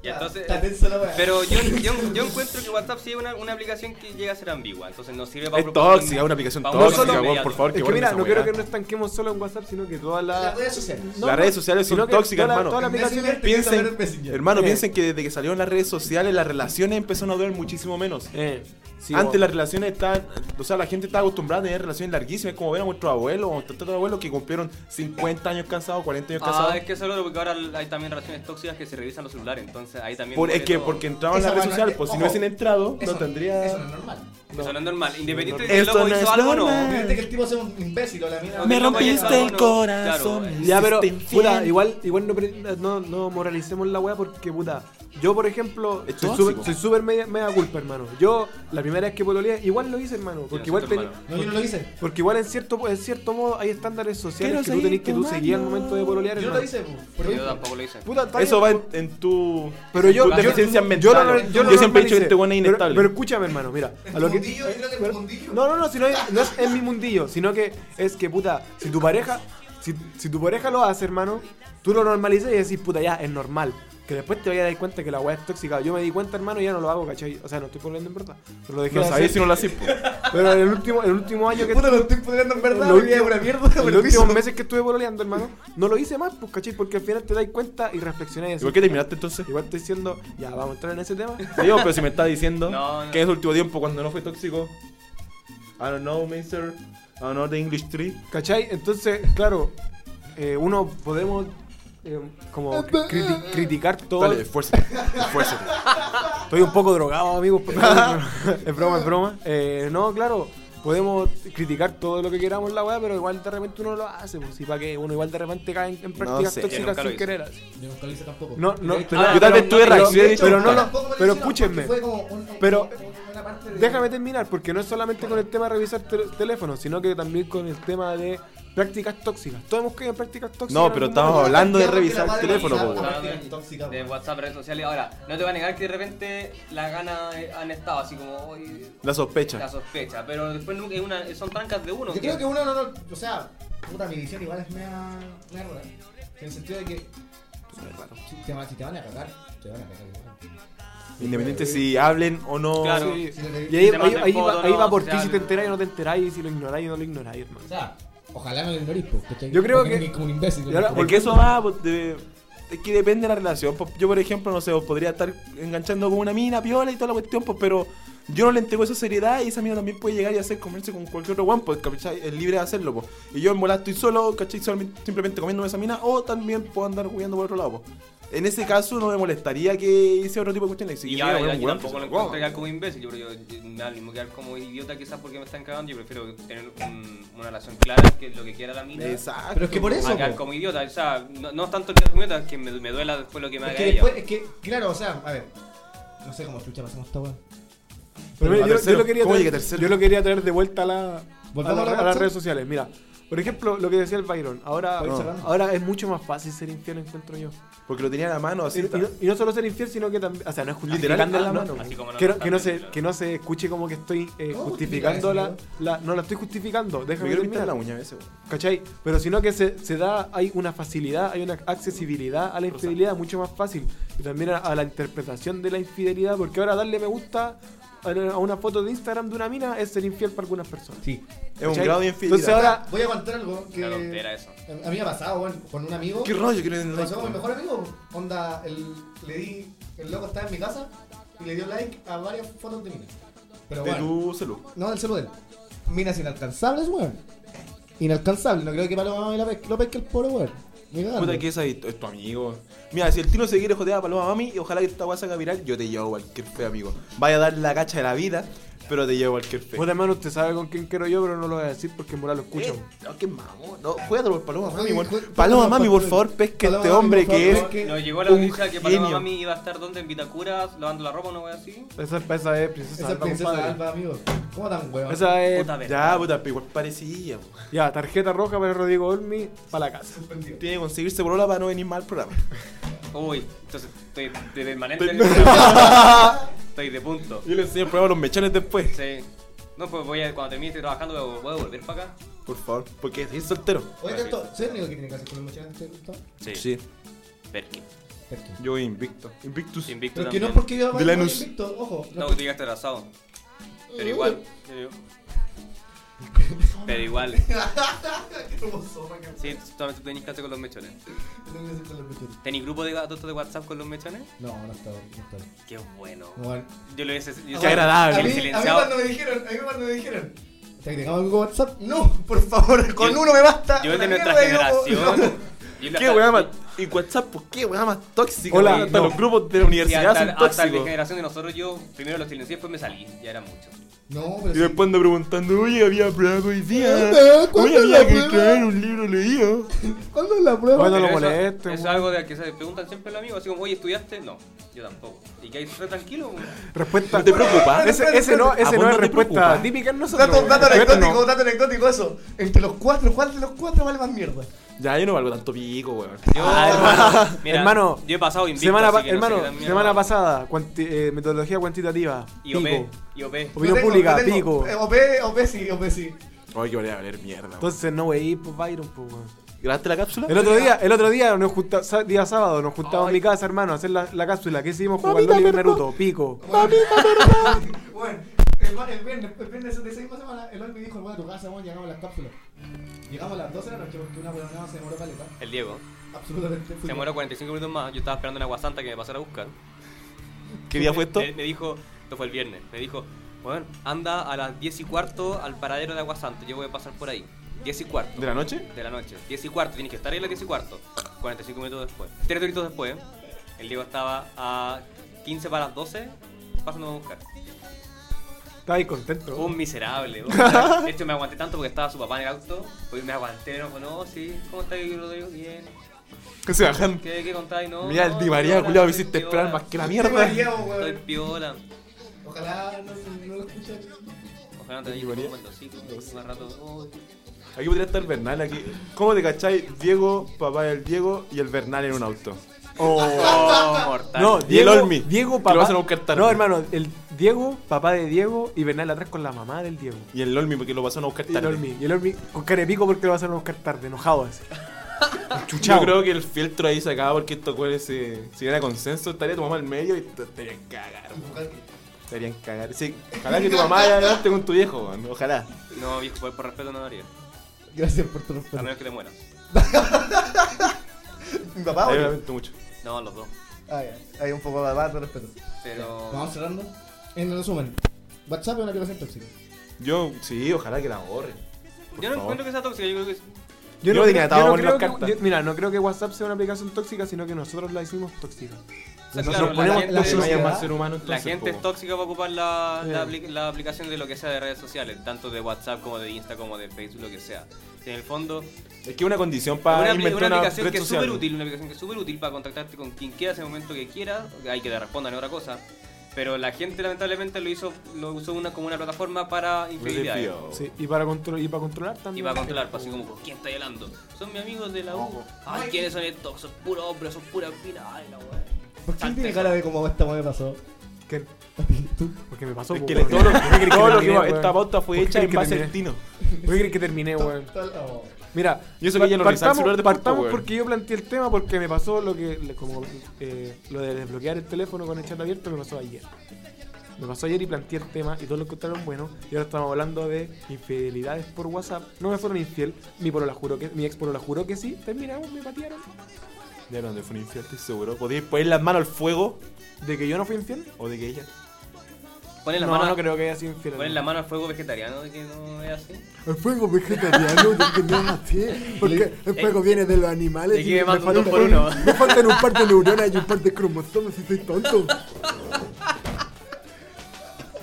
y entonces. Está tensa la weá. Pero yo, yo, yo encuentro que WhatsApp sí es una, una aplicación que llega a ser ambigua, entonces no sirve para Es tóxica, es una aplicación tóxica, solo- weón, por favor. Es que borren mira, esa no quiero weá. que no estanquemos solo en WhatsApp, sino que todas las... Las redes sociales. No, Las no, redes sociales sino son que tóxicas, toda la- hermano. toda la aplicación- Messenger, Piensen, Twitter, Messenger. hermano, Eh. piensen que desde que salieron las redes sociales las relaciones empezaron a durar muchísimo menos. Eh, sí, Antes weón. las relaciones estaban, o sea, la gente estaba acostumbrada a tener relaciones larguísimas, es como ver a nuestros abuelos o nuestros abuelos que cumplieron 50 años cansados, 40 años Ah, casados. es que eso es lo porque ahora hay también relaciones tóxicas que se revisan los celulares, entonces ahí también. Por- es que todo- porque entraban en las Esa redes weá no sociales, es- pues si ojo, no hubiesen entrado, Eso- no tendría. Eso no es normal. Eso no es normal, independiente de no- si el Eso loco no hizo es algo o normal. no. Imagínate que el tipo hace un imbécil o la mina. Me rompiste el corazón. Ya, pero, puta, igual, igual no, pre- no, no moralicemos la weá porque, puta, yo, por ejemplo, Es soy tóxico. súper soy súper media, media culpa, hermano. Yo, la primera vez que pololeé, igual lo hice, hermano, porque Yo igual lo siento, tenía... hermano. No, yo no lo hice. Porque igual en cierto, en cierto modo hay estándares sociales Quiero que tú seguir tenés que tú tomando. seguir al momento de pololear, Yo no hermano. lo hice, po. Por Yo ejemplo. tampoco lo hice. Puta, está Eso va bien, en, en tu. Pero yo, tus yo, deficiencias yo mentales. no- yo no siempre he dicho normalice, que este weón es pero- inestable. Pero, escúchame, hermano, mira. tu mundillo, yo creo que es tu mundillo. No, no, no, si no, es, no es en mi mundillo, sino que es que, puta, si tu pareja, si, si tu pareja lo hace, hermano, tú lo normalizas y decís, puta, ya, es normal. Que después te vayas a dar cuenta que la weá es tóxica. Yo me di cuenta, hermano, y ya no lo hago, ¿cachai? O sea, no estoy poniendo en verdad. Pero lo dejé no de sabía hacer. si no lo hacía. pues. Pero en el último, el último año que Puta, lo estoy poniendo en verdad. Lo mi vida es último- una mierda. en pero los hizo- últimos meses que estuve pololeando, hermano, no lo hice más, pues, ¿cachai? Porque al final te das cuenta y reflexionas y decís, ¿Y por qué terminaste entonces? Igual estoy diciendo, ya, vamos a entrar en ese tema. Digo, pero si me estás diciendo No, no. que es el último tiempo cuando no fue tóxico. I don't know, mister. I don't know the English tree. ¿Cachai? Entonces, claro, eh, uno podemos eh, como criti- criticar todo. Dale, esfuérzate. Esfuérzate. Estoy un poco drogado, amigos. por favor. es broma, es broma. Eh, no, claro, podemos criticar todo lo que queramos la weá, pero igual de repente uno lo hace. Pues, y para que uno igual de repente cae en, en prácticas sé, yo tóxicas nunca lo sin hice. querer. así. Yo nunca lo hice tampoco. No, no, Yo- pero- ah, Yo tal vez no, tuve no, De reacciones, hecho, pero no, no. no. tampoco me lo pero hicieron, porque escúchenme. fue como un- Pero- una parte de- Déjame terminar, porque no es solamente con el tema de revisar tel- teléfonos, sino que también con el tema de prácticas tóxicas. Todos hemos caído en prácticas tóxicas. No, en pero algún estamos momento. hablando de Claro que la revisar madre el teléfono, la- po, weón. la- de- tóxica, eh, de weón. WhatsApp, redes sociales. Ahora, no te va a negar que de repente las ganas eh, han estado así como hoy. La La sospecha. sospecha, pero después nunca- es una, son trancas de uno. Yo creo que uno no, no, o sea, puta, mi visión igual es media, media rara. En el sentido de que pues, si te, van- si te van a cagar, te van a cagar igual. Independiente si hablen o no. Claro. Sí. Si te- Y ahí, Y te ahí- manden ahí fotos, va, ahí va no, por se ti si habla. te enteráis o no te enteráis, si lo ignoráis o no lo ignoráis, hermano. O sea, ojalá no lo ignorís, po, ¿cachai? Yo creo Porque que- ni- Como un imbécil. y ahora- ¿no? Porque eso va pues, de- es que depende de la relación. pues, Yo, por ejemplo, no sé, pues, podría estar enganchando con una mina, piola y toda la cuestión, pues, pero yo no le entrego esa seriedad y esa mina también puede llegar y hacer comerse con cualquier otro guan, pues, ¿cachai? Es libre de hacerlo, pues. Y yo en volar estoy solo, ¿cachai? Solamente- simplemente comiéndome esa mina o también puedo andar jugando por otro lado, pues. En ese caso no me molestaría que hice otro tipo de cuestiones. Si Y yo ya, fuera ya, un yo guan, pues, tampoco lo guau. encuentro quedar como imbécil. Yo, yo, yo me da lo mismo quedar como idiota quizás porque me están cagando. Yo prefiero tener un- una relación clara, que lo que quiera la mina. Exacto. Pero es que por a eso. quedar po. como idiota. O sea, no, no es tanto quedar como idiota, que me, me duela después lo que me Es haga que ella. después, es que, claro, o sea, a ver. No sé cómo chucha pasamos esta weón. Pero mira, A yo, yo tercero. lo quería ¿Cómo traer, llegué a tercero? yo lo quería traer de vuelta a, la, a, Volvamos a la la- a las canción. redes sociales. Mira, por ejemplo, lo que decía el Byron, ahora, Voy no, cerrando. ahora es mucho más fácil ser infiel, encuentro yo. Porque lo tenía en la mano, Y, así. y está. no, y no solo ser infiel, sino que también. O sea, no es Literal, justificando a la la mano. mano. Así como no que, no, lo que no están se, viendo. que no se escuche como que estoy eh, ¿Cómo justificando la, justificas la- No la estoy justificando, me déjame quiero pintar terminar. la uña a veces, weón. ¿Cachai? Pero sino que se, se da, hay una facilidad, hay una accesibilidad a la infidelidad mucho más fácil. Y también a, a la interpretación de la infidelidad, porque ahora darle me gusta a, a una foto de Instagram de una mina es ser infiel para algunas personas. Sí. Es un ¿Cachai? grado de infidelidad. Entonces ahora- Voy a contar algo que. Una tontera eso. A mí me ha pasado, weón, con un amigo. ¿Qué rollo quiero Me pasó con mi entender? mejor amigo. Onda, el, le di. El loco estaba en mi casa y le dio like a varias fotos de mí. Pero De bueno. tu celu. No, del celular. Minas inalcanzables, weón. Inalcanzables. No creo que Paloma Mami la pesque, lo pesque el pobre, weón. Ni cagando. Puta que esa es es tu amigo. Mira, si el tino se quiere jotear a Paloma Mami y ojalá que esta guasa haga viral, yo te llevo cualquier fe, amigo. Vaya a dar la cacha de la vida, pero te llevo cualquier fe. Bueno, hermano, usted sabe con quién quiero yo, pero no lo voy a decir porque en moral lo escucho. Eh, No, que mamón. No, juégatelo por Paloma Mami, Oye, weón. jue- Paloma Mami, por Paloma, favor, pesca a Paloma este Mami, hombre por que es. favor, que- Nos llegó la un noticia que Paloma genio. Mami iba a estar donde en Vitacura, lavando la ropa o una wea así. Esa, esa es Princesa Esa Alba, princesa compadre. Alba, amigo. ¿Cómo tan weón? Esa es. pues, Puta ver- Ya, puta, pero igual parecía, weón. Ya, tarjeta roja para Rodrigo Olmi, para la casa. Suspendido. Tiene que conseguirse polola para no venir mal al programa. Uy, entonces estoy de permanente. en el programa. estoy de punto. Yo le enseño el programa a los mechones después. Sí. No, pues voy a, cuando termine estoy trabajando, voy a volver para acá. Por favor, porque es soltero. Oye, esto, ¿soy el único que tiene que hacer con el mochilante este gusto? Sí, Perkin. Perfecto. yo invicto. Invictus. Invicto Pero que también. no es porque yo De Lanús. invicto, ojo. No, tú llegaste atrasado. Pero igual. pero- Pero igual. Como zorra, cabrón. Sí, tú también tenés clase con los mechones. No me aceptan los mochilantes. ¿Tenís grupo de gatos de WhatsApp con los mechones? No, no está, no está. Qué bueno. Bueno. Yo lo hice. Yo Qué agradable. A mí, a mí cuando me dijeron, a mí cuando me dijeron. ¿Te agregamos algo a WhatsApp? No, por favor, con Yo- uno me basta. Yo de La nuestra mierda, yo- generación. yo la- ¿Qué weá más? ¿Y WhatsApp? ¿Por qué weá más tóxica? Hola, weón? hasta no. los grupos de la Sí, universidad hasta, son hasta la tóxicos. generación de nosotros yo primero los silencié, después me salí, ya era mucho. No, pero Y sí. después ando preguntando, oye, había prueba hoy día. Ah, ¿cuándo Hoy la había que prueba? traer un libro leído. ¿Cuándo es la prueba? Bueno, Pero lo eso- molesto. Eso es algo de que se preguntan siempre los amigos, así como, oye, ¿estudiaste? No, yo tampoco. ¿Y que hay re tranquilo? Respuesta. ¿No te preocupas? Ese, ese no, ¿A vos ese no no es te respuesta preocupa? típica en nosotros. Dato, dato weón. anecdótico, dato anecdótico, eso. Entre los cuatro, ¿cuál de los cuatro vale más mierda? Ya, yo no valgo tanto pico, weón. Yo, Ah, hermano. mira, Hermano, yo he pasado invicto, Semana, así pa- que no sé hermano, qué tan mierda. semana pasada, cuanti- eh, metodología cuantitativa. Y OP, pico. y OP. Opinión No tengo, pública, no tengo. pico. Eh, OP, OP sí, OP sí. Ay, que voy a valer mierda. weón. Entonces no veí, pues Byron, pues weón. ¿Grabaste la cápsula? El otro día, el otro día, nos junta, sa- día sábado, nos juntamos en mi casa, hermano, a hacer la, la cápsula. ¿Qué hicimos? Jugar Mamita, LOL y perdón. Naruto, pico. Bueno, el, ma- el viernes, el viernes de esa misma semana, el hombre me dijo, bueno, a tu casa, bueno, llegamos a las cápsulas. Llegamos a las 12 de la noche porque una programa se demoró caleta. El Diego. Absolutamente. Se muero 45 minutos más, yo estaba esperando una guasanta que me pasara a buscar. ¿Qué día fue esto? Me, me dijo, esto fue el viernes, me dijo, bueno, anda a las 10 y cuarto al paradero de Aguasanta, yo voy a pasar por ahí. 10 y cuarto. ¿De la noche? de la noche. 10 y cuarto, tienes que estar ahí a las 10 y cuarto. 45 minutos después. 3 horitos después, el Diego estaba a 15 para las 12 pasando a buscar. Estaba ahí contento. Un miserable. un miserable. De hecho, me aguanté tanto porque estaba su papá en el auto. Hoy me aguanté, no, Pues, no, sí. ¿Cómo estás, Rodrigo? Bien. Que se bajan. ¿Qué, qué contáis? No. Mira, no, el Di María, piola, culiado, me estoy hiciste esperar piola, más que la Qué mierda. variado, Estoy weón. piola. Ojalá no, no lo escuchen. Ojalá no te haya un mendocito, un rato. Aquí podría estar Bernal. Aquí. ¿Cómo te cacháis Diego, papá del Diego y el Bernal en un auto? Oh, mortal. No, Y el Diego, Olmi, Diego que papá. lo vas a buscar tarde. No, hermano, el Diego, papá de Diego y Bernal atrás con la mamá del Diego. Y el Olmi, porque lo pasaron a buscar Y el tarde. Olmi, y el Olmi con cara de pico porque lo vas a buscar tarde, enojado así. Yo Chuchao. creo que el filtro ahí se acaba porque estos güeyes, se- si era consenso, estaría tu mamá al medio y te estarían cagar. Estarían cagar. Sí, ojalá que tu mamá haya adelante con tu viejo, weón, ojalá. No, viejo, por, por respeto no lo haría. Gracias por tu A respuesta. menos que te mueras. mi papá Ah, A o mí me yo? lamento mucho. No, los dos. Ah, ya. Hay un poco de papá, te respeto. Pero. Vamos cerrando. En resumen, WhatsApp es una relación tóxica. Yo, sí, ojalá que la borre. Yo no favor. encuentro que sea tóxica, yo creo que es. Yo lo tenía atado yo no con creo las que- cartas. yo- mira, no creo que WhatsApp sea una aplicación tóxica, sino que nosotros la hicimos tóxica. o sea, Nosotros claro, ponemos la tóxico tóxica a gente, llamar ser humano la gente es tóxica para ocupar la, la Sí. apli- la aplicación de lo que sea de redes sociales, tanto de WhatsApp como de Insta, como de Facebook, lo que sea. Si en el fondo, Es que una condición es para una, apli- inventar una una, aplicación red que es social. súper útil, una aplicación que es súper útil para contactarte con quien quieras en el momento que quieras, hay que te respondan es otra cosa. Pero la gente lamentablemente lo hizo, lo usó una, como una plataforma para Red infidelidades. desvío. Sí, y para, contro- y para controlar Y también. va a controlar, pues, así como, ¿con quién está hablando? Son mis amigos de la U. Ay, ¿quiénes son estos? Son puros hombres, son puras minas. Ay, la weá. ¿Por qué Salte. tiene cara de cómo esta me pasó? ¿Qué? Porque me pasó. Es po, que weón. todo lo, ¿Por qué crees que todo lo que terminé, va- esta weón? pauta fue ¿Por qué hecha crees en que base al terminé? tino. ¿Por qué crees que terminé, weón? Oh. Mira, Y eso que ya lo revisaba el partamos, celular de Porto, partamos weón. porque yo planteé el tema porque me pasó lo que le- como eh, lo de desbloquear el teléfono con el chat abierto me pasó ayer. Me pasó ayer y planteé el tema y todos lo encontraron bueno. Y ahora estamos hablando de infidelidades por WhatsApp. No me fueron infiel, mi polola juró que mi ex polola juró que sí. Terminamos, me patearon. Ya no, de fue un infiel, estoy seguro. ¿Podíais poner las manos al fuego De que yo no fui infiel. o de que ella? Ponen la no, mano no creo que haya sido infiel. Ponen la mano al fuego vegetariano de que no es así. El fuego vegetariano de que no es así, porque el fuego viene de los animales. eh, de que y me manda un dos falta- por uno. Me faltan un par de neuronas y un par de cromosomas y soy tonto.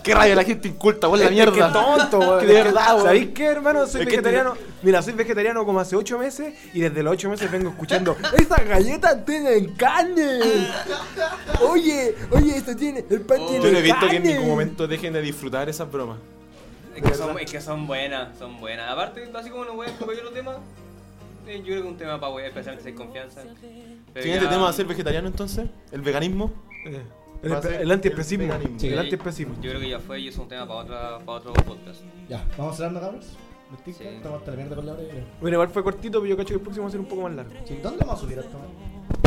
¡Qué rabia la gente inculta, vos la mierda! ¡Qué tonto, weón! Que de verdad, weón. ¿Sabéis qué, hermano? Soy Es que vegetariano. Mira, soy vegetariano como hace 8 meses y desde los 8 meses vengo escuchando. ¡Esas galletas tienen carne! Oye, oye, esto tiene. El pan tiene. Yo no he visto que carne. en ningún momento dejen de disfrutar esas bromas. Es que, son, es que son buenas, son buenas. Aparte, así como no voy a comer los temas, eh, yo creo que es un tema para weá, especialmente si hay confianza. Pero ¿Siguiente ya- eh, tema va a ser vegetariano entonces? ¿El veganismo? Eh, El, Va a ser el antiespecismo. el veganismo. Sí. El yo- antiespecismo. Yo creo que ya fue y eso es un tema para, otra, para otro podcast. Ya, vamos cerrando, cabros. Listo, Sí. Estamos hasta la mierda con la hora. yo creo. Bueno, igual fue cortito, pero yo cacho que el próximo va a ser un poco más largo. Sí, ¿Dónde vamos a subir esto?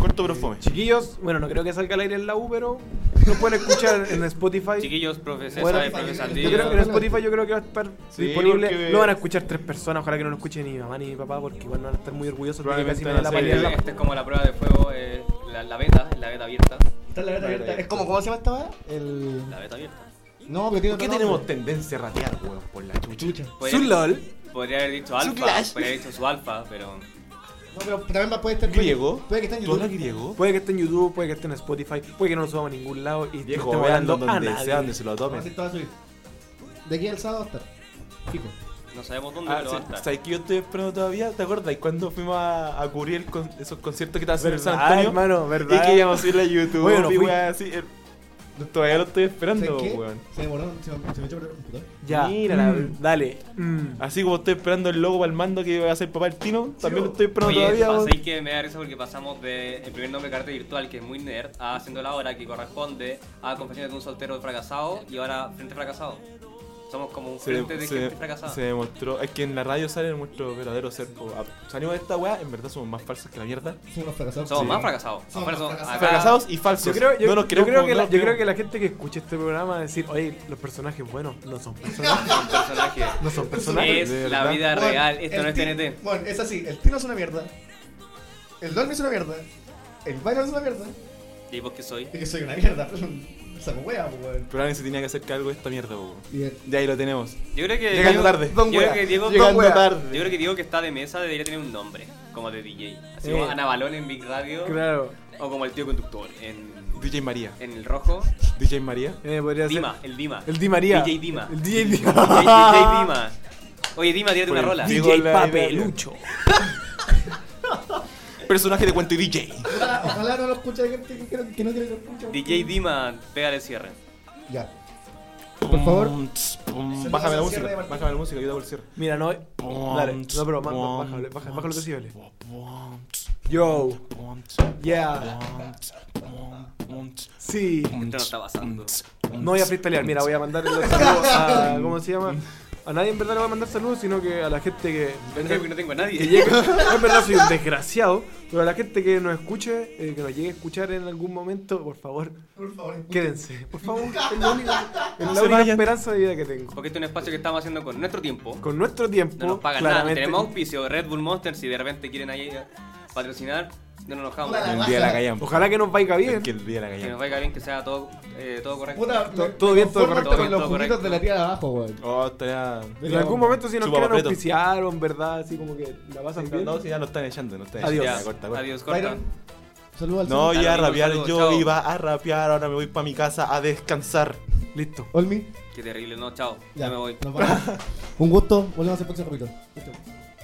Corto pero fome. Chiquillos, bueno, no creo que salga al aire en la U, pero lo pueden escuchar en Spotify. Chiquillos, profesor, Bueno, sabe, profe Yo creo que en Saldivia. Spotify yo creo que va a estar Sí, disponible. porque- Lo van a escuchar tres personas, ojalá que no lo escuchen ni mi mamá ni mi papá, porque igual no van a estar muy orgullosos de que casi Probablemente me da la van a ser- paliza. Esta eh, este es como la prueba de fuego, eh, la, la beta, la beta abierta. Está la beta abierta. Es como, ¿cómo se llama esta weá? El. La beta abierta. No, pero tiene ¿Por qué otro tenemos este? nombre. tendencia a ratear, weón, por la chucha? Podría, Su LOL. podría haber dicho alfa, podría haber dicho su alfa, pero... No, pero también va- puede estar. ¿Griego? Puede que esté en ¿Tú hablas YouTube. griego? Puede que esté en YouTube, puede que esté en Spotify, puede que no lo subamos a ningún lado y Viejo, no estemos vean hablando a donde nadie. sea, donde se lo Vamos a tomen. hacer todo a subir. De aquí al sábado hasta. Fijo. No sabemos dónde, Ah, pero sí, va a estar. ¿Sabes que yo estoy esperando todavía? ¿Te acuerdas? ¿Y cuando fuimos a, a cubrir el con- esos conciertos que te hacen en San ¿Verdad, Antonio? hermano? ¿Verdad? Y que íbamos a ir a YouTube Oye, no y fui. weá, así. el- Todavía lo estoy esperando, ¿Sabes qué? weón. Se me voló, se me, se me echó por el computador. Ya. Mira la- Mm, dale. Mm. Así como estoy esperando el logo para el mando que va a ser papá el Tino, también lo estoy esperando Oye, todavía, weón. pasáis que me da risa porque pasamos de el primer nombre de carta virtual, que es muy nerd, a haciendo la hora que corresponde a confesiones de un soltero fracasado y ahora frente fracasado. Somos como un frente de gente fracasada. se demostró, es que en la radio sale nuestro verdadero ser. po. A- Salimos de esta weá, en verdad somos más falsas que la mierda. Somos unos fracasados. Somos Sí. más fracasados. Somos Afuera son- fracasados. acá- Fracasados y falsos. Yo creo, yo, no nos yo creo queremos, que no la, nos yo creo queremos. que la gente que escucha este programa va a decir, oye, los personajes buenos no son personajes. son personajes. no son personajes. Es de la verdad. vida Bueno, real, esto el no es Ti- TNT. Bueno, es así, el Tino es una mierda. El Dolby es una mierda. El Byron es una mierda. ¿Y vos qué soy? Es que soy una mierda, pues un saco hueá, pues, weón. Pero alguien se tenía que hacer cargo de esta mierda, po. Y el- De ahí lo tenemos. Yo creo que. Llegando Diego- tarde. Don Yo creo wea. que Diego. Llegando Don wea. tarde. Yo creo que Diego que está de mesa debería tener un nombre, como de DJ. Así como Eh. Ana Balón en Big Radio. Claro. O como el tío conductor en, DJ María. en el rojo. DJ María. Eh, podría ser. Dima, el Dima. El Di María. DJ Dima. El DJ DJ, Dima. Dima. Oye, Dima, tírate una Por el rola. Diego DJ la- Papelucho. Personaje de cuento y DJ. Ojalá, ojalá no lo escuche la gente que, quiero- que no quiere que lo escuche. DJ Dima, pégale el cierre. Ya. Por favor. Pum, tss, pum. Se Bájame la nos hace cierre de música. Martín. Bájame la música, yo te hago el cierre. Mira, no. Dale. No, pero ma- ma- bájalo, bájalo, bájalo tú sí, vale. Yo. Yeah. Sí. Esto no está pasando. No voy a freestylear, mira, voy a mandar los saludos a. ¿Cómo se llama? A nadie en verdad le voy a mandar saludos, sino que a la gente que. Pensé que no tengo a que nadie. llegue- no, en verdad soy un desgraciado, pero a la gente que nos escuche, eh, que nos llegue a escuchar en algún momento, por favor, Por favor. quédense. Por favor, es la única, es la se única vayan. esperanza de vida que tengo. Porque este es un espacio que estamos haciendo con nuestro tiempo. Con nuestro tiempo, No nos pagan nada, no claramente, tenemos auspicio. Red Bull Monster, si de repente quieren ahí eh, patrocinar, no nos enojamos. Puta El día de la callampa. Ojalá que nos vaya bien. Es que el día de la Que nos callampa. vaya bien, que sea todo, eh, todo correcto. Puta, To- me- me todo bien, todo conformo con correcto. los Todo juguitos correcto. de la tía de abajo, weón. Oh, estaría. En algún momento si nos Chupa quieren papelito. auspiciar o en verdad, así como que la pasan bien. No, si ya lo están echando, no están echando. Adiós. Ya, Ya, corta, corta. Adiós, corta. Byron, saluda al No, señor. Da ya a lo mismo, rapear, saludos, yo chao. iba a rapear, ahora me voy para mi casa a descansar. Listo. Olmi, Qué terrible, no, chao. ya, ya me voy. nos vamos. Un gusto, volvemos al próximo capítulo. Chau, chau.